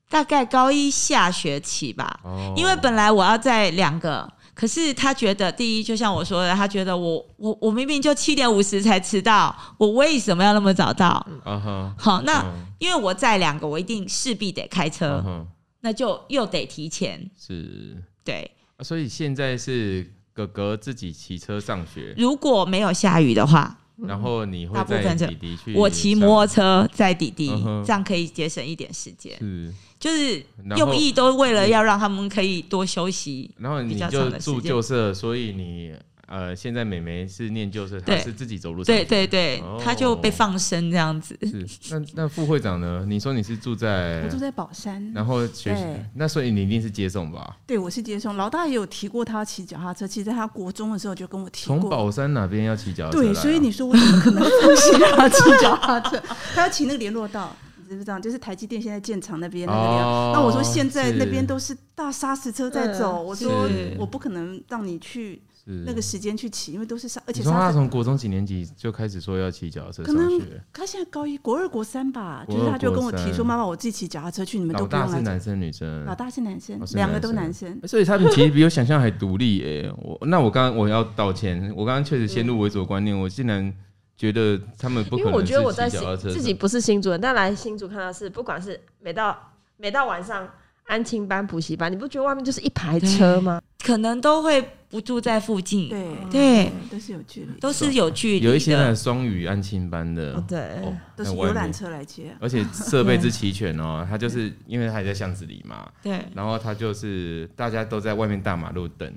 [SPEAKER 2] 大概高一下学期吧，
[SPEAKER 1] 哦
[SPEAKER 2] 因为本来我要在两个，可是他觉得第一，就像我说的，他觉得我我我明明就七点五十才迟到，我为什么要那么早到？
[SPEAKER 1] 啊哈，
[SPEAKER 2] 好，那
[SPEAKER 1] 嗯
[SPEAKER 2] 因为我在两个，我一定势必得开
[SPEAKER 1] 啊
[SPEAKER 2] 车，
[SPEAKER 1] 哈
[SPEAKER 2] 那就又得提前。
[SPEAKER 1] 是，
[SPEAKER 2] 对，
[SPEAKER 1] 啊所以现在是哥哥自己骑车上学，
[SPEAKER 2] 如果没有下雨的话，
[SPEAKER 4] 嗯
[SPEAKER 1] 然后你会
[SPEAKER 2] 大部
[SPEAKER 1] 带
[SPEAKER 2] 分是
[SPEAKER 1] 弟弟去上，
[SPEAKER 2] 我骑摩托车载弟弟
[SPEAKER 1] 嗯哼，
[SPEAKER 2] 这样可以节省一点时间。
[SPEAKER 1] 是，
[SPEAKER 2] 就是
[SPEAKER 1] 然后嗯
[SPEAKER 2] 用意都为了要让他们可以多休息。
[SPEAKER 1] 然后你
[SPEAKER 2] 比较
[SPEAKER 1] 就
[SPEAKER 2] 长的时
[SPEAKER 1] 住
[SPEAKER 2] 间
[SPEAKER 1] 旧社，所以你呃，现在美眉是念旧社，她
[SPEAKER 2] 对
[SPEAKER 1] 是自己走路上
[SPEAKER 2] 对
[SPEAKER 1] 去。
[SPEAKER 2] 对对
[SPEAKER 1] 哦，
[SPEAKER 2] 他就被放生这样子。
[SPEAKER 1] 是。那那副会长呢？你说你是住在
[SPEAKER 4] 我，住在宝山，
[SPEAKER 1] 然后学习
[SPEAKER 4] 对，
[SPEAKER 1] 那所以你一定是接送吧？
[SPEAKER 4] 对我是接送。老大也有提过他要骑脚踏车，其实在他国中的时候就跟我提
[SPEAKER 1] 从
[SPEAKER 4] 过。
[SPEAKER 1] 宝山哪边要骑脚踏车来啊？
[SPEAKER 4] 对，所以你说我怎么可能放心让他骑脚踏车？他要骑那个联络道，你知不知道？就是台积电现在建厂那边那个联络。
[SPEAKER 1] 哦
[SPEAKER 4] 那我说现在
[SPEAKER 1] 是
[SPEAKER 4] 那边都是大砂石车在走，
[SPEAKER 3] 嗯
[SPEAKER 4] 我说
[SPEAKER 1] 是
[SPEAKER 4] 我不可能让你去
[SPEAKER 1] 是
[SPEAKER 4] 那个时间去骑，因为都是砂，而且
[SPEAKER 1] 你说他
[SPEAKER 4] 砂石。
[SPEAKER 1] 从国中几年级就开始说要骑脚踏车
[SPEAKER 4] 可
[SPEAKER 1] 上
[SPEAKER 4] 能
[SPEAKER 1] 学？
[SPEAKER 4] 他现在高一、国二、国三吧，
[SPEAKER 1] 国
[SPEAKER 4] 就
[SPEAKER 1] 二
[SPEAKER 4] 是他就跟我
[SPEAKER 1] 国三
[SPEAKER 4] 提说：“妈妈，我自己骑脚踏车去，你们都
[SPEAKER 1] 老
[SPEAKER 4] 不用
[SPEAKER 1] 大
[SPEAKER 4] 来
[SPEAKER 1] 是
[SPEAKER 4] 载。
[SPEAKER 1] 男生女生？”
[SPEAKER 4] 老大是男生
[SPEAKER 1] 哦，是
[SPEAKER 4] 两个都
[SPEAKER 1] 男
[SPEAKER 4] 男生。
[SPEAKER 1] 所以他们其实比我想象还独立诶、我那我刚刚我要道歉，我刚刚确实先入为主的观念，我竟然觉得他们不
[SPEAKER 3] 因
[SPEAKER 1] 可
[SPEAKER 3] 为
[SPEAKER 1] 能是
[SPEAKER 3] 我觉得我在
[SPEAKER 1] 骑
[SPEAKER 3] 新
[SPEAKER 1] 脚踏车
[SPEAKER 3] 自己不是新竹人，但来新竹看到是，不管是每到每到晚上安亲班、补习班，你不觉得外面就是一排车吗？
[SPEAKER 2] 可能都会不住在附近，
[SPEAKER 4] 对
[SPEAKER 2] 对，
[SPEAKER 4] 都是有距离，
[SPEAKER 2] 都是有距离的。
[SPEAKER 1] 有一些那双语安亲班的，
[SPEAKER 3] 哦，对，
[SPEAKER 1] 哦，
[SPEAKER 4] 都是
[SPEAKER 1] 那我也
[SPEAKER 4] 游
[SPEAKER 1] 没
[SPEAKER 4] 览车来接。
[SPEAKER 1] 而且设备之
[SPEAKER 3] 嗯
[SPEAKER 1] 齐全哦，他就是因为他还在巷子里嘛，
[SPEAKER 2] 对，
[SPEAKER 1] 然后他就是大家都在外面大马路等，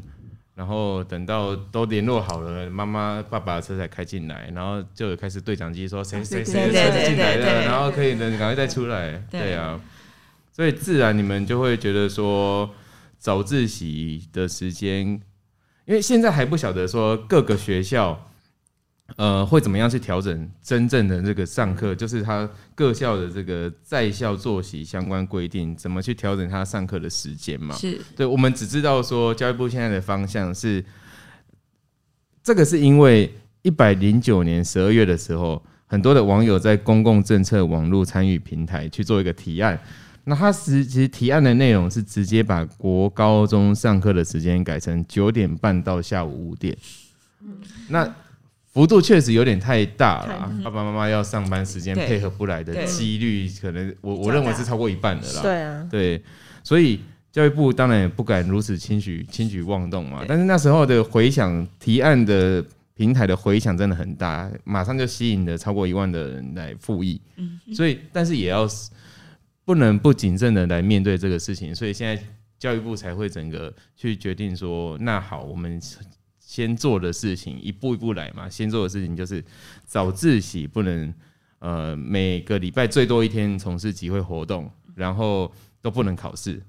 [SPEAKER 1] 然后等到都联络好了，妈妈爸爸的车才开进来，然后就有开始对讲机说谁谁谁的车子进来了，然后可以人赶快再出来，对啊，所以自然你们就会觉得说早自习的时间，因为现在还不晓得说各个学校。呃，会怎么样去调整真正的这个上课，就是他各校的这个在校作息相关规定，怎么去调整他上课的时间嘛？
[SPEAKER 2] 是
[SPEAKER 1] 对，我们只知道说教育部现在的方向是，这个是因为一百零九年十二月的时候，很多的网友在公共政策网络参与平台去做一个提案。那他实其实提案的内容是直接把国高中上课的时间改成九点半到下午五点，那幅度确实有点太大了，爸爸妈妈要上班时间
[SPEAKER 2] 对
[SPEAKER 1] 配合不来的
[SPEAKER 2] 对
[SPEAKER 1] 几率，可能我
[SPEAKER 4] 比
[SPEAKER 1] 我
[SPEAKER 4] 较
[SPEAKER 1] 认为
[SPEAKER 4] 大
[SPEAKER 1] 是超过一半的啦。
[SPEAKER 3] 对啊，
[SPEAKER 1] 对，所以教育部当然也不敢如此轻举轻举妄动嘛。
[SPEAKER 2] 对
[SPEAKER 1] 但是那时候的回响，提案的平台的回响真的很大，马上就吸引了超过一万的人来复议。所以但是也要不能不谨慎的来面对这个事情，所以现在教育部才会整个去决定说，那好，我们先做的事情一步一步来嘛。先做的事情就是早自习不能呃每个礼拜最多一天从事集会活动，然后都不能考试。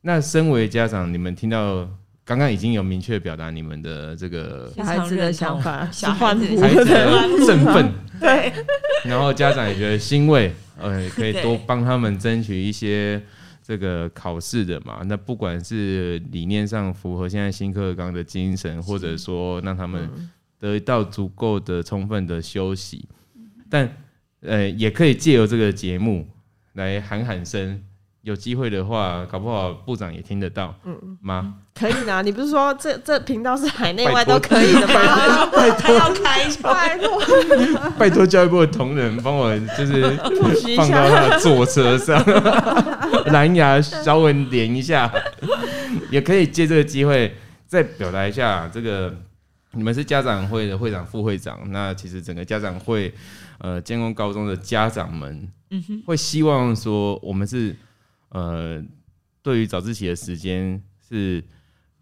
[SPEAKER 1] 那身为家长，你们听到刚刚已经有明确表达你们的这个
[SPEAKER 3] 小孩子的想法
[SPEAKER 2] 小孩子
[SPEAKER 3] 是
[SPEAKER 1] 孩
[SPEAKER 3] 欢
[SPEAKER 1] 子
[SPEAKER 3] 呼
[SPEAKER 1] 的
[SPEAKER 3] 的，
[SPEAKER 1] 振奋，
[SPEAKER 3] 对，
[SPEAKER 1] 然后家长也觉得欣 慰，呃，可以
[SPEAKER 2] 对
[SPEAKER 1] 多帮他们争取一些这个考试的嘛。那不管是理念上符合现在新课纲的精神，或者说让他们
[SPEAKER 3] 嗯
[SPEAKER 1] 得到足够的充分的休息，但呃，也可以借由这个节目来喊喊声。有机会的话，搞不好部长也听得到，嗯吗？
[SPEAKER 3] 可以啦。你不是说这这频道是海内
[SPEAKER 1] 拜
[SPEAKER 3] 外
[SPEAKER 1] 托
[SPEAKER 3] 都可以的 吗？
[SPEAKER 2] 他要开
[SPEAKER 3] 拜托，
[SPEAKER 1] 拜托教育部的同仁帮我，就是
[SPEAKER 3] 普及一
[SPEAKER 1] 放到
[SPEAKER 3] 下。
[SPEAKER 1] 他的坐车 上，蓝牙稍微连一下，也可以借这个机会再表达一下这个。你们是家长会的会长、副会长，那其实整个家长会，呃，建工高中的家长们，
[SPEAKER 3] 嗯
[SPEAKER 1] 会希望说我们是，呃，对于早自习的时间是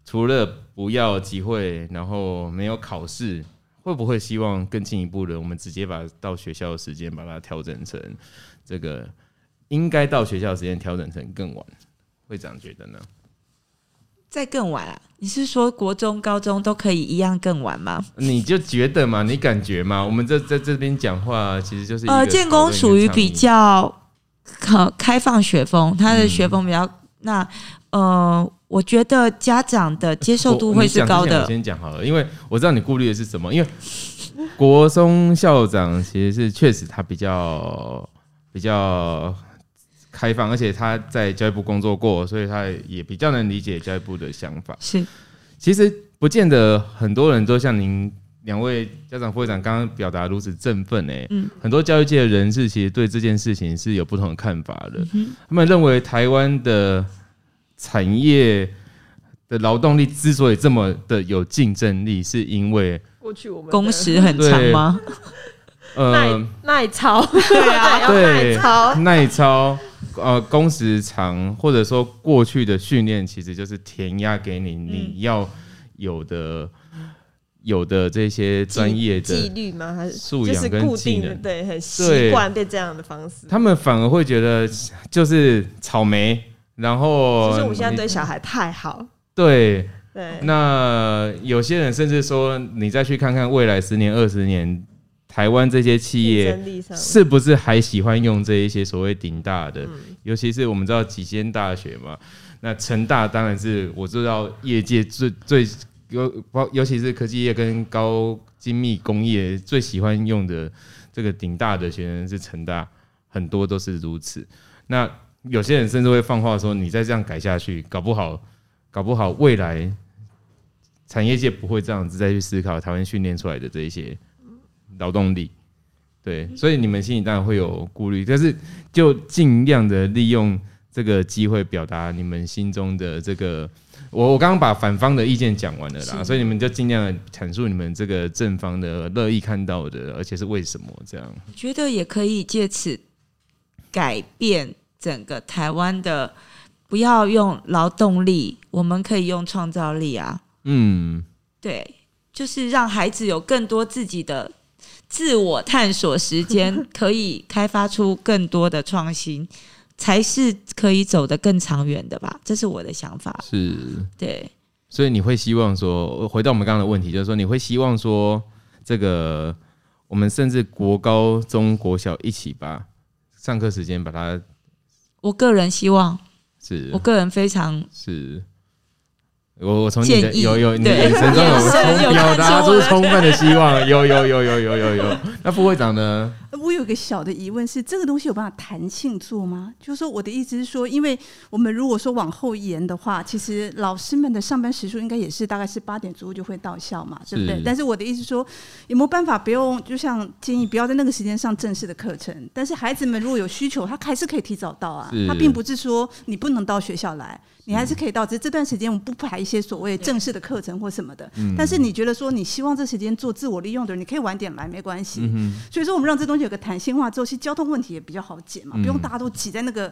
[SPEAKER 1] 除了不要集会，然后没有考试，会不会希望更进一步的，我们直接把到学校的时间把它调整成这个应该到学校的时间调整成更晚？会长觉得呢？
[SPEAKER 2] 再更晚啊？你是说国中、高中都可以一样更晚吗？
[SPEAKER 1] 你就觉得嘛，你感觉嘛？我们这在这边讲话，其实就是一个
[SPEAKER 2] 呃，建工属于比较可开放学风，他的
[SPEAKER 1] 嗯
[SPEAKER 2] 学风比较、那呃，我觉得家长的接受度
[SPEAKER 1] 我
[SPEAKER 2] 会
[SPEAKER 1] 你
[SPEAKER 2] 是
[SPEAKER 1] 讲之
[SPEAKER 2] 高
[SPEAKER 1] 前
[SPEAKER 2] 的
[SPEAKER 1] 我，先讲好了，因为我知道你顾虑的是什么。因为国松校长其实是确实他比较比较开放，而且他在教育部工作过，所以他也比较能理解教育部的想法。
[SPEAKER 2] 是
[SPEAKER 1] 其实不见得很多人都像您两位家长副会长刚刚表达如此振奋诶、很多教育界的人士其实对这件事情是有不同的看法的，他们认为台湾的产业。的劳动力之所以这么的有竞争力，是因为
[SPEAKER 3] 过去我们的
[SPEAKER 2] 工时很长吗？
[SPEAKER 1] 呃
[SPEAKER 3] 耐耐操， 对啊，要耐
[SPEAKER 1] 对
[SPEAKER 3] 操，
[SPEAKER 1] 耐操，呃，工时长，或者说过
[SPEAKER 3] 嗯
[SPEAKER 1] 去的训练，其实就是填压给你你要有的、有的这些专业
[SPEAKER 3] 纪
[SPEAKER 1] 的，
[SPEAKER 3] 律吗？还是
[SPEAKER 1] 素
[SPEAKER 3] 就
[SPEAKER 1] 养
[SPEAKER 3] 是
[SPEAKER 1] 跟
[SPEAKER 3] 固
[SPEAKER 1] 技
[SPEAKER 3] 定的，
[SPEAKER 1] 能
[SPEAKER 3] 对，很
[SPEAKER 1] 对
[SPEAKER 3] 习惯被这样的方式。
[SPEAKER 1] 他们反而会觉得就是草莓，然后
[SPEAKER 3] 就是我们现在对小孩太好，
[SPEAKER 1] 对。
[SPEAKER 3] 对，
[SPEAKER 1] 那有些人甚至说，你再去看看未来十年、二十年，台湾这些企
[SPEAKER 3] 竞
[SPEAKER 1] 业
[SPEAKER 3] 争力上嗯
[SPEAKER 1] 是不是还喜欢用这一些所谓顶大的？尤其是我们知道几间大学嘛，那成大当然是我知道业界最最尤包，尤其是科技业跟高精密工业最喜欢用的这个顶大的学生是成大，很多都是如此。那有些人甚至会放话说，你再这样改下去，搞不好，搞不好未来产业界不会这样子再去思考台湾训练出来的这一些劳动力。对，所以你们心里当然会有顾虑，但是就尽量的利用这个机会表达你们心中的这个。我我刚刚把反方的意见讲完了啦，所以你们就尽量地阐述你们这个正方的乐意看到的，而且是为什么这样。
[SPEAKER 2] 我觉得也可以借此改变整个台湾的，不要用劳动力，我们可以用创造力啊。
[SPEAKER 1] 嗯，
[SPEAKER 2] 对，就是让孩子有更多自己的自我探索时间，可以开发出更多的创新，才是可以走得更长远的吧。这是我的想法。
[SPEAKER 1] 是，
[SPEAKER 2] 对，
[SPEAKER 1] 所以你会希望说，呃回到我们刚刚的问题，就是说你会希望说，这个我们甚至国高中国小一起把上课时间把它
[SPEAKER 2] 我个人希望，
[SPEAKER 1] 是
[SPEAKER 2] 我个人非常
[SPEAKER 1] 是，我我从你的
[SPEAKER 2] 建议
[SPEAKER 1] 有有你的
[SPEAKER 2] 对
[SPEAKER 1] 眼神中有
[SPEAKER 2] 眼神
[SPEAKER 1] 充
[SPEAKER 2] 有
[SPEAKER 1] 表
[SPEAKER 2] 看
[SPEAKER 1] 达
[SPEAKER 2] 出我
[SPEAKER 1] 出
[SPEAKER 2] 的
[SPEAKER 1] 充分的希望，有有有有有有有。那副会长呢？
[SPEAKER 4] 我有一个小的疑问是，这个东西有办法弹性做吗？就是说，我的意思是说，因为我们如果说往后延的话，其实老师们的上班时数应该也是大概是八点左右就会到校嘛，对不对
[SPEAKER 1] 是？
[SPEAKER 4] 但是我的意思是说，有没有办法不用，就像建议不要在那个时间上正式的课程，但是孩子们如果有需求，他还是可以提早到啊
[SPEAKER 1] 是。
[SPEAKER 4] 他并不是说你不能到学校来，你还是可以到，只是这段时间我们不排一些所谓正式的课程或什么的。但是你觉得说你希望这时间做自我利用的，你可以晚点来没关系。所以说我们让这东西有个弹性化之后，其实交通问题也比较好解嘛，不用大家都挤在那个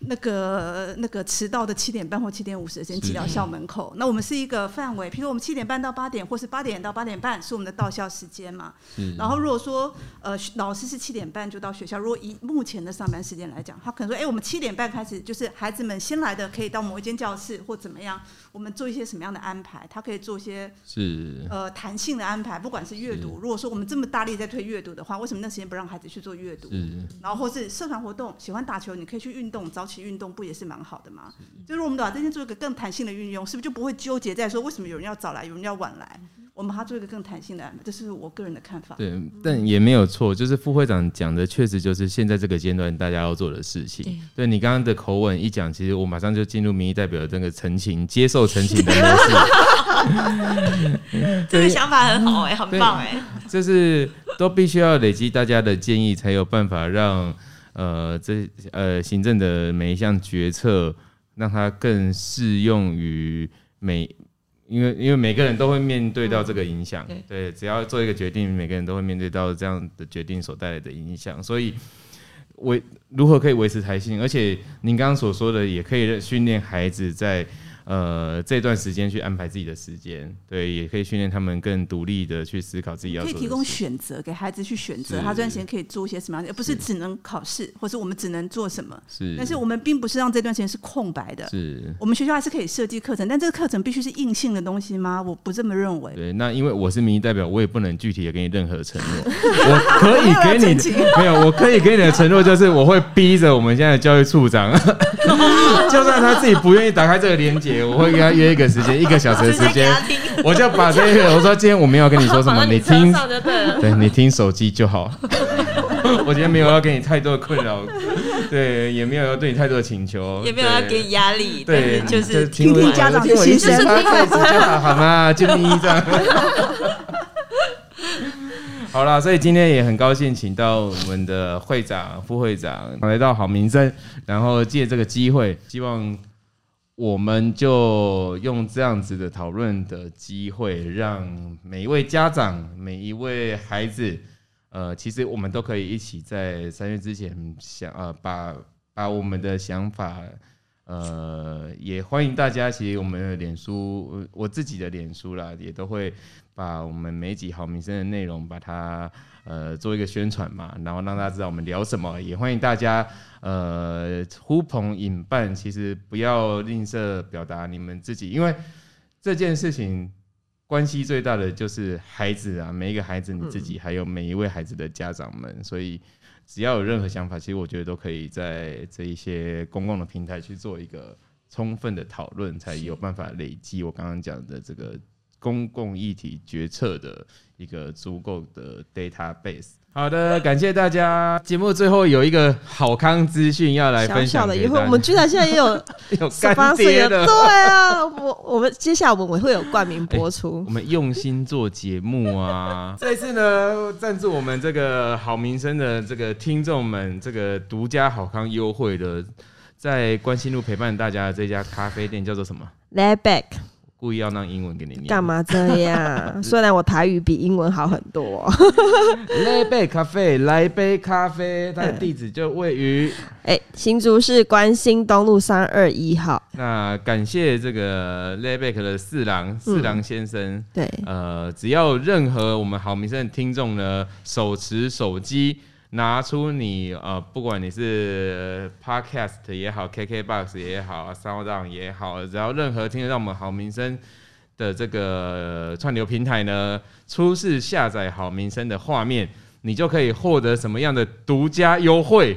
[SPEAKER 4] 那个那个迟到的七点半或七点五十的时间
[SPEAKER 1] 是
[SPEAKER 4] 挤到校门口。那我们是一个范围，譬如我们七点半到八点，或是八点到八点半是我们的到校时间嘛。然后如果说呃学老师是七点半就到学校，如果以目前的上班时间来讲，他可能说，哎、我们七点半开始，就是孩子们先来的可以到某一间教室或怎么样，我们做一些什么样的安排，他可以做一些
[SPEAKER 1] 是
[SPEAKER 4] 呃弹性的安排，不管是阅读，如果说我们这么大力在推阅读的话，为什么那时间不让孩子去做阅读？
[SPEAKER 1] 是
[SPEAKER 4] 然后或是社团活动，喜欢打球，你可以去运动，早起运动不也是蛮好的吗？就是我们把这些做一个更弹性的运用，是不是就不会纠结在说为什么有人要早来，有人要晚来？我们把它做一个更弹性的安排，这是我个人的看法。
[SPEAKER 1] 对，但也没有错，就是副会长讲的，确实就是现在这个阶段大家要做的事情。对你刚刚的口吻一讲，其实我马上就进入民意代表的这个陈情、接受陈情的模式。
[SPEAKER 2] 这个想法很好哎、很
[SPEAKER 1] 对
[SPEAKER 2] 棒哎、
[SPEAKER 1] 就是 都必须要累积大家的建议，才有办法让呃这呃行政的每一项决策，让它更适用于每，因为因为每个人都会面对到这个影响，
[SPEAKER 2] 嗯
[SPEAKER 1] 对，只要做一个决定，每个人都会面对到这样的决定所带来的影响，所以。维如何可以维持弹性，而且您刚刚所说的，也可以训练孩子在呃这段时间去安排自己的时间，对，也可以训练他们更独立的去思考自己要做
[SPEAKER 4] 可以
[SPEAKER 1] 的
[SPEAKER 4] 提供
[SPEAKER 1] 事
[SPEAKER 4] 选择给孩子去选择，
[SPEAKER 1] 是
[SPEAKER 4] 他这段时间可以做一些什么样的，而不是只能考试，或是我们只能做什么。
[SPEAKER 1] 是，
[SPEAKER 4] 但是我们并不是让这段时间是空白的，
[SPEAKER 1] 是
[SPEAKER 4] 我们学校还是可以设计课程，但这个课程必须是硬性的东西吗？我不这么认为。
[SPEAKER 1] 对，那因为我是民意代表，我也不能具体的给你任何承诺， 我可以给你
[SPEAKER 4] 澄清
[SPEAKER 1] 的没有，我可以给你的承诺就是我会逼着我们现在的教育处长， 就算他自己不愿意打开这个连接，我会跟他约一个时间，一个小时的时间，我就把这个我说今天我没有跟你说什么，你 听，对你听手机就好。 我今天没有要给你太多的困扰， 对，也没有要对你太多的请求，
[SPEAKER 2] 也没有要
[SPEAKER 1] 对
[SPEAKER 2] 给你压力，
[SPEAKER 1] 对，
[SPEAKER 2] 但是就是
[SPEAKER 1] 听
[SPEAKER 4] 听
[SPEAKER 1] 我
[SPEAKER 4] 家长的
[SPEAKER 1] 听我
[SPEAKER 4] 心
[SPEAKER 1] 一声
[SPEAKER 4] 声
[SPEAKER 1] 八辈子就 好，好吗？就你一张。好啦，所以今天也很高兴，请到我们的会长、副会长来到好民生，然后借这个机会，希望我们就用这样子的讨论的机会，让每一位家长、每一位孩子，呃，其实我们都可以一起在三月之前想，呃，把把我们的想法呃，也欢迎大家，其实我们的脸书，呃我自己的脸书啦，也都会把我们每一集好民生的内容，把它呃做一个宣传嘛，然后让大家知道我们聊什么。也欢迎大家呃呼朋引伴，其实不要吝啬表达你们自己，因为这件事情关系最大的就是孩子啊，每一个孩子你自己，还有每一位孩子的家长们，所以。只要有任何想法，其实我觉得都可以在这一些公共的平台去做一个充分的讨论，才有办法累积我刚刚讲的这个公共议题决策的一个足够的 database。好的，感谢大家。节目最后有一个好康资讯要来
[SPEAKER 3] 小
[SPEAKER 1] 分
[SPEAKER 3] 小
[SPEAKER 1] 享
[SPEAKER 3] 的
[SPEAKER 1] 给
[SPEAKER 3] 一
[SPEAKER 1] 大
[SPEAKER 3] 会，
[SPEAKER 1] 家，
[SPEAKER 3] 我们居然现在也有
[SPEAKER 1] 有
[SPEAKER 3] 十
[SPEAKER 1] 干
[SPEAKER 3] 八岁
[SPEAKER 1] 爹
[SPEAKER 3] 的，
[SPEAKER 1] 的
[SPEAKER 3] 对，啊，我我们接下来我们会有冠名播出
[SPEAKER 1] 我。们用心做节目 啊！这一次呢，赞助我们这个好民生的这个听众们，这个独家好康优惠的，在关心路陪伴大家的这家咖啡店叫做什么？
[SPEAKER 3] Let back，
[SPEAKER 1] 故意要让英文给你念。
[SPEAKER 3] 干嘛这 样？虽然我台语比英文好很多，
[SPEAKER 1] 来杯咖啡，来杯咖啡，它的地址就位于
[SPEAKER 3] 哎、新竹市关心东路三二一号，
[SPEAKER 1] 那感谢这个 l e b e c 的四郎四郎先生。
[SPEAKER 3] 对，
[SPEAKER 1] 呃，只要有任何我们好民生的听众呢，手持手机，拿出你呃，不管你是呃 Podcast 也好，KKBox 也好，SoundOn 也好，只要任何听得到我们好民生的这个串流平台呢，出示下载好民生的画面，你就可以获得什么样的独家优惠？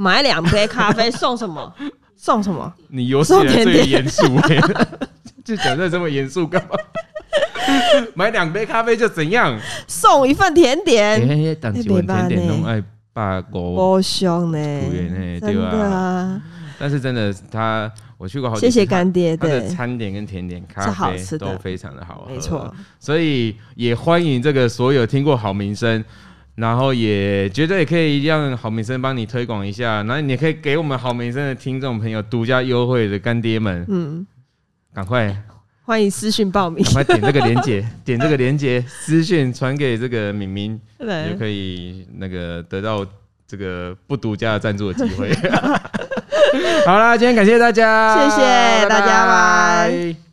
[SPEAKER 3] 买两杯咖啡送什么？ 送什么？
[SPEAKER 1] 你有起来
[SPEAKER 3] 送甜
[SPEAKER 1] 最
[SPEAKER 3] 点
[SPEAKER 1] 严肃、欸， 就讲的这么严肃干嘛？ 买两杯咖啡就怎样？
[SPEAKER 3] 送一份甜点，
[SPEAKER 1] 哎、欸，但是我甜点拢爱八五，
[SPEAKER 3] 不凶呢
[SPEAKER 1] 服务员呢，
[SPEAKER 3] 真
[SPEAKER 1] 对
[SPEAKER 3] 的
[SPEAKER 1] 啊
[SPEAKER 3] 啊，
[SPEAKER 1] 但是真的，他我去过好几次，
[SPEAKER 3] 谢谢干爹，
[SPEAKER 1] 他的
[SPEAKER 3] 对，
[SPEAKER 1] 餐点跟甜点、咖
[SPEAKER 3] 是好
[SPEAKER 1] 啡
[SPEAKER 3] 吃的
[SPEAKER 1] 都非常的好喝，
[SPEAKER 3] 没错。
[SPEAKER 1] 所以也欢迎这个所有听过好名声，然后也绝对可以让好名声帮你推广一下，然后你也可以给我们好名声的听众朋友独家优惠的干爹们，
[SPEAKER 3] 嗯，
[SPEAKER 1] 赶快
[SPEAKER 3] 欢迎私讯报名，
[SPEAKER 1] 赶快点这个链 接，点这个链接私讯传给这个敏敏。你就
[SPEAKER 3] 对，
[SPEAKER 1] 可以那个得到这个不独家的赞助的机 会。好啦，今天感谢大家，
[SPEAKER 3] 谢谢大家
[SPEAKER 1] 拜
[SPEAKER 3] 拜
[SPEAKER 1] 拜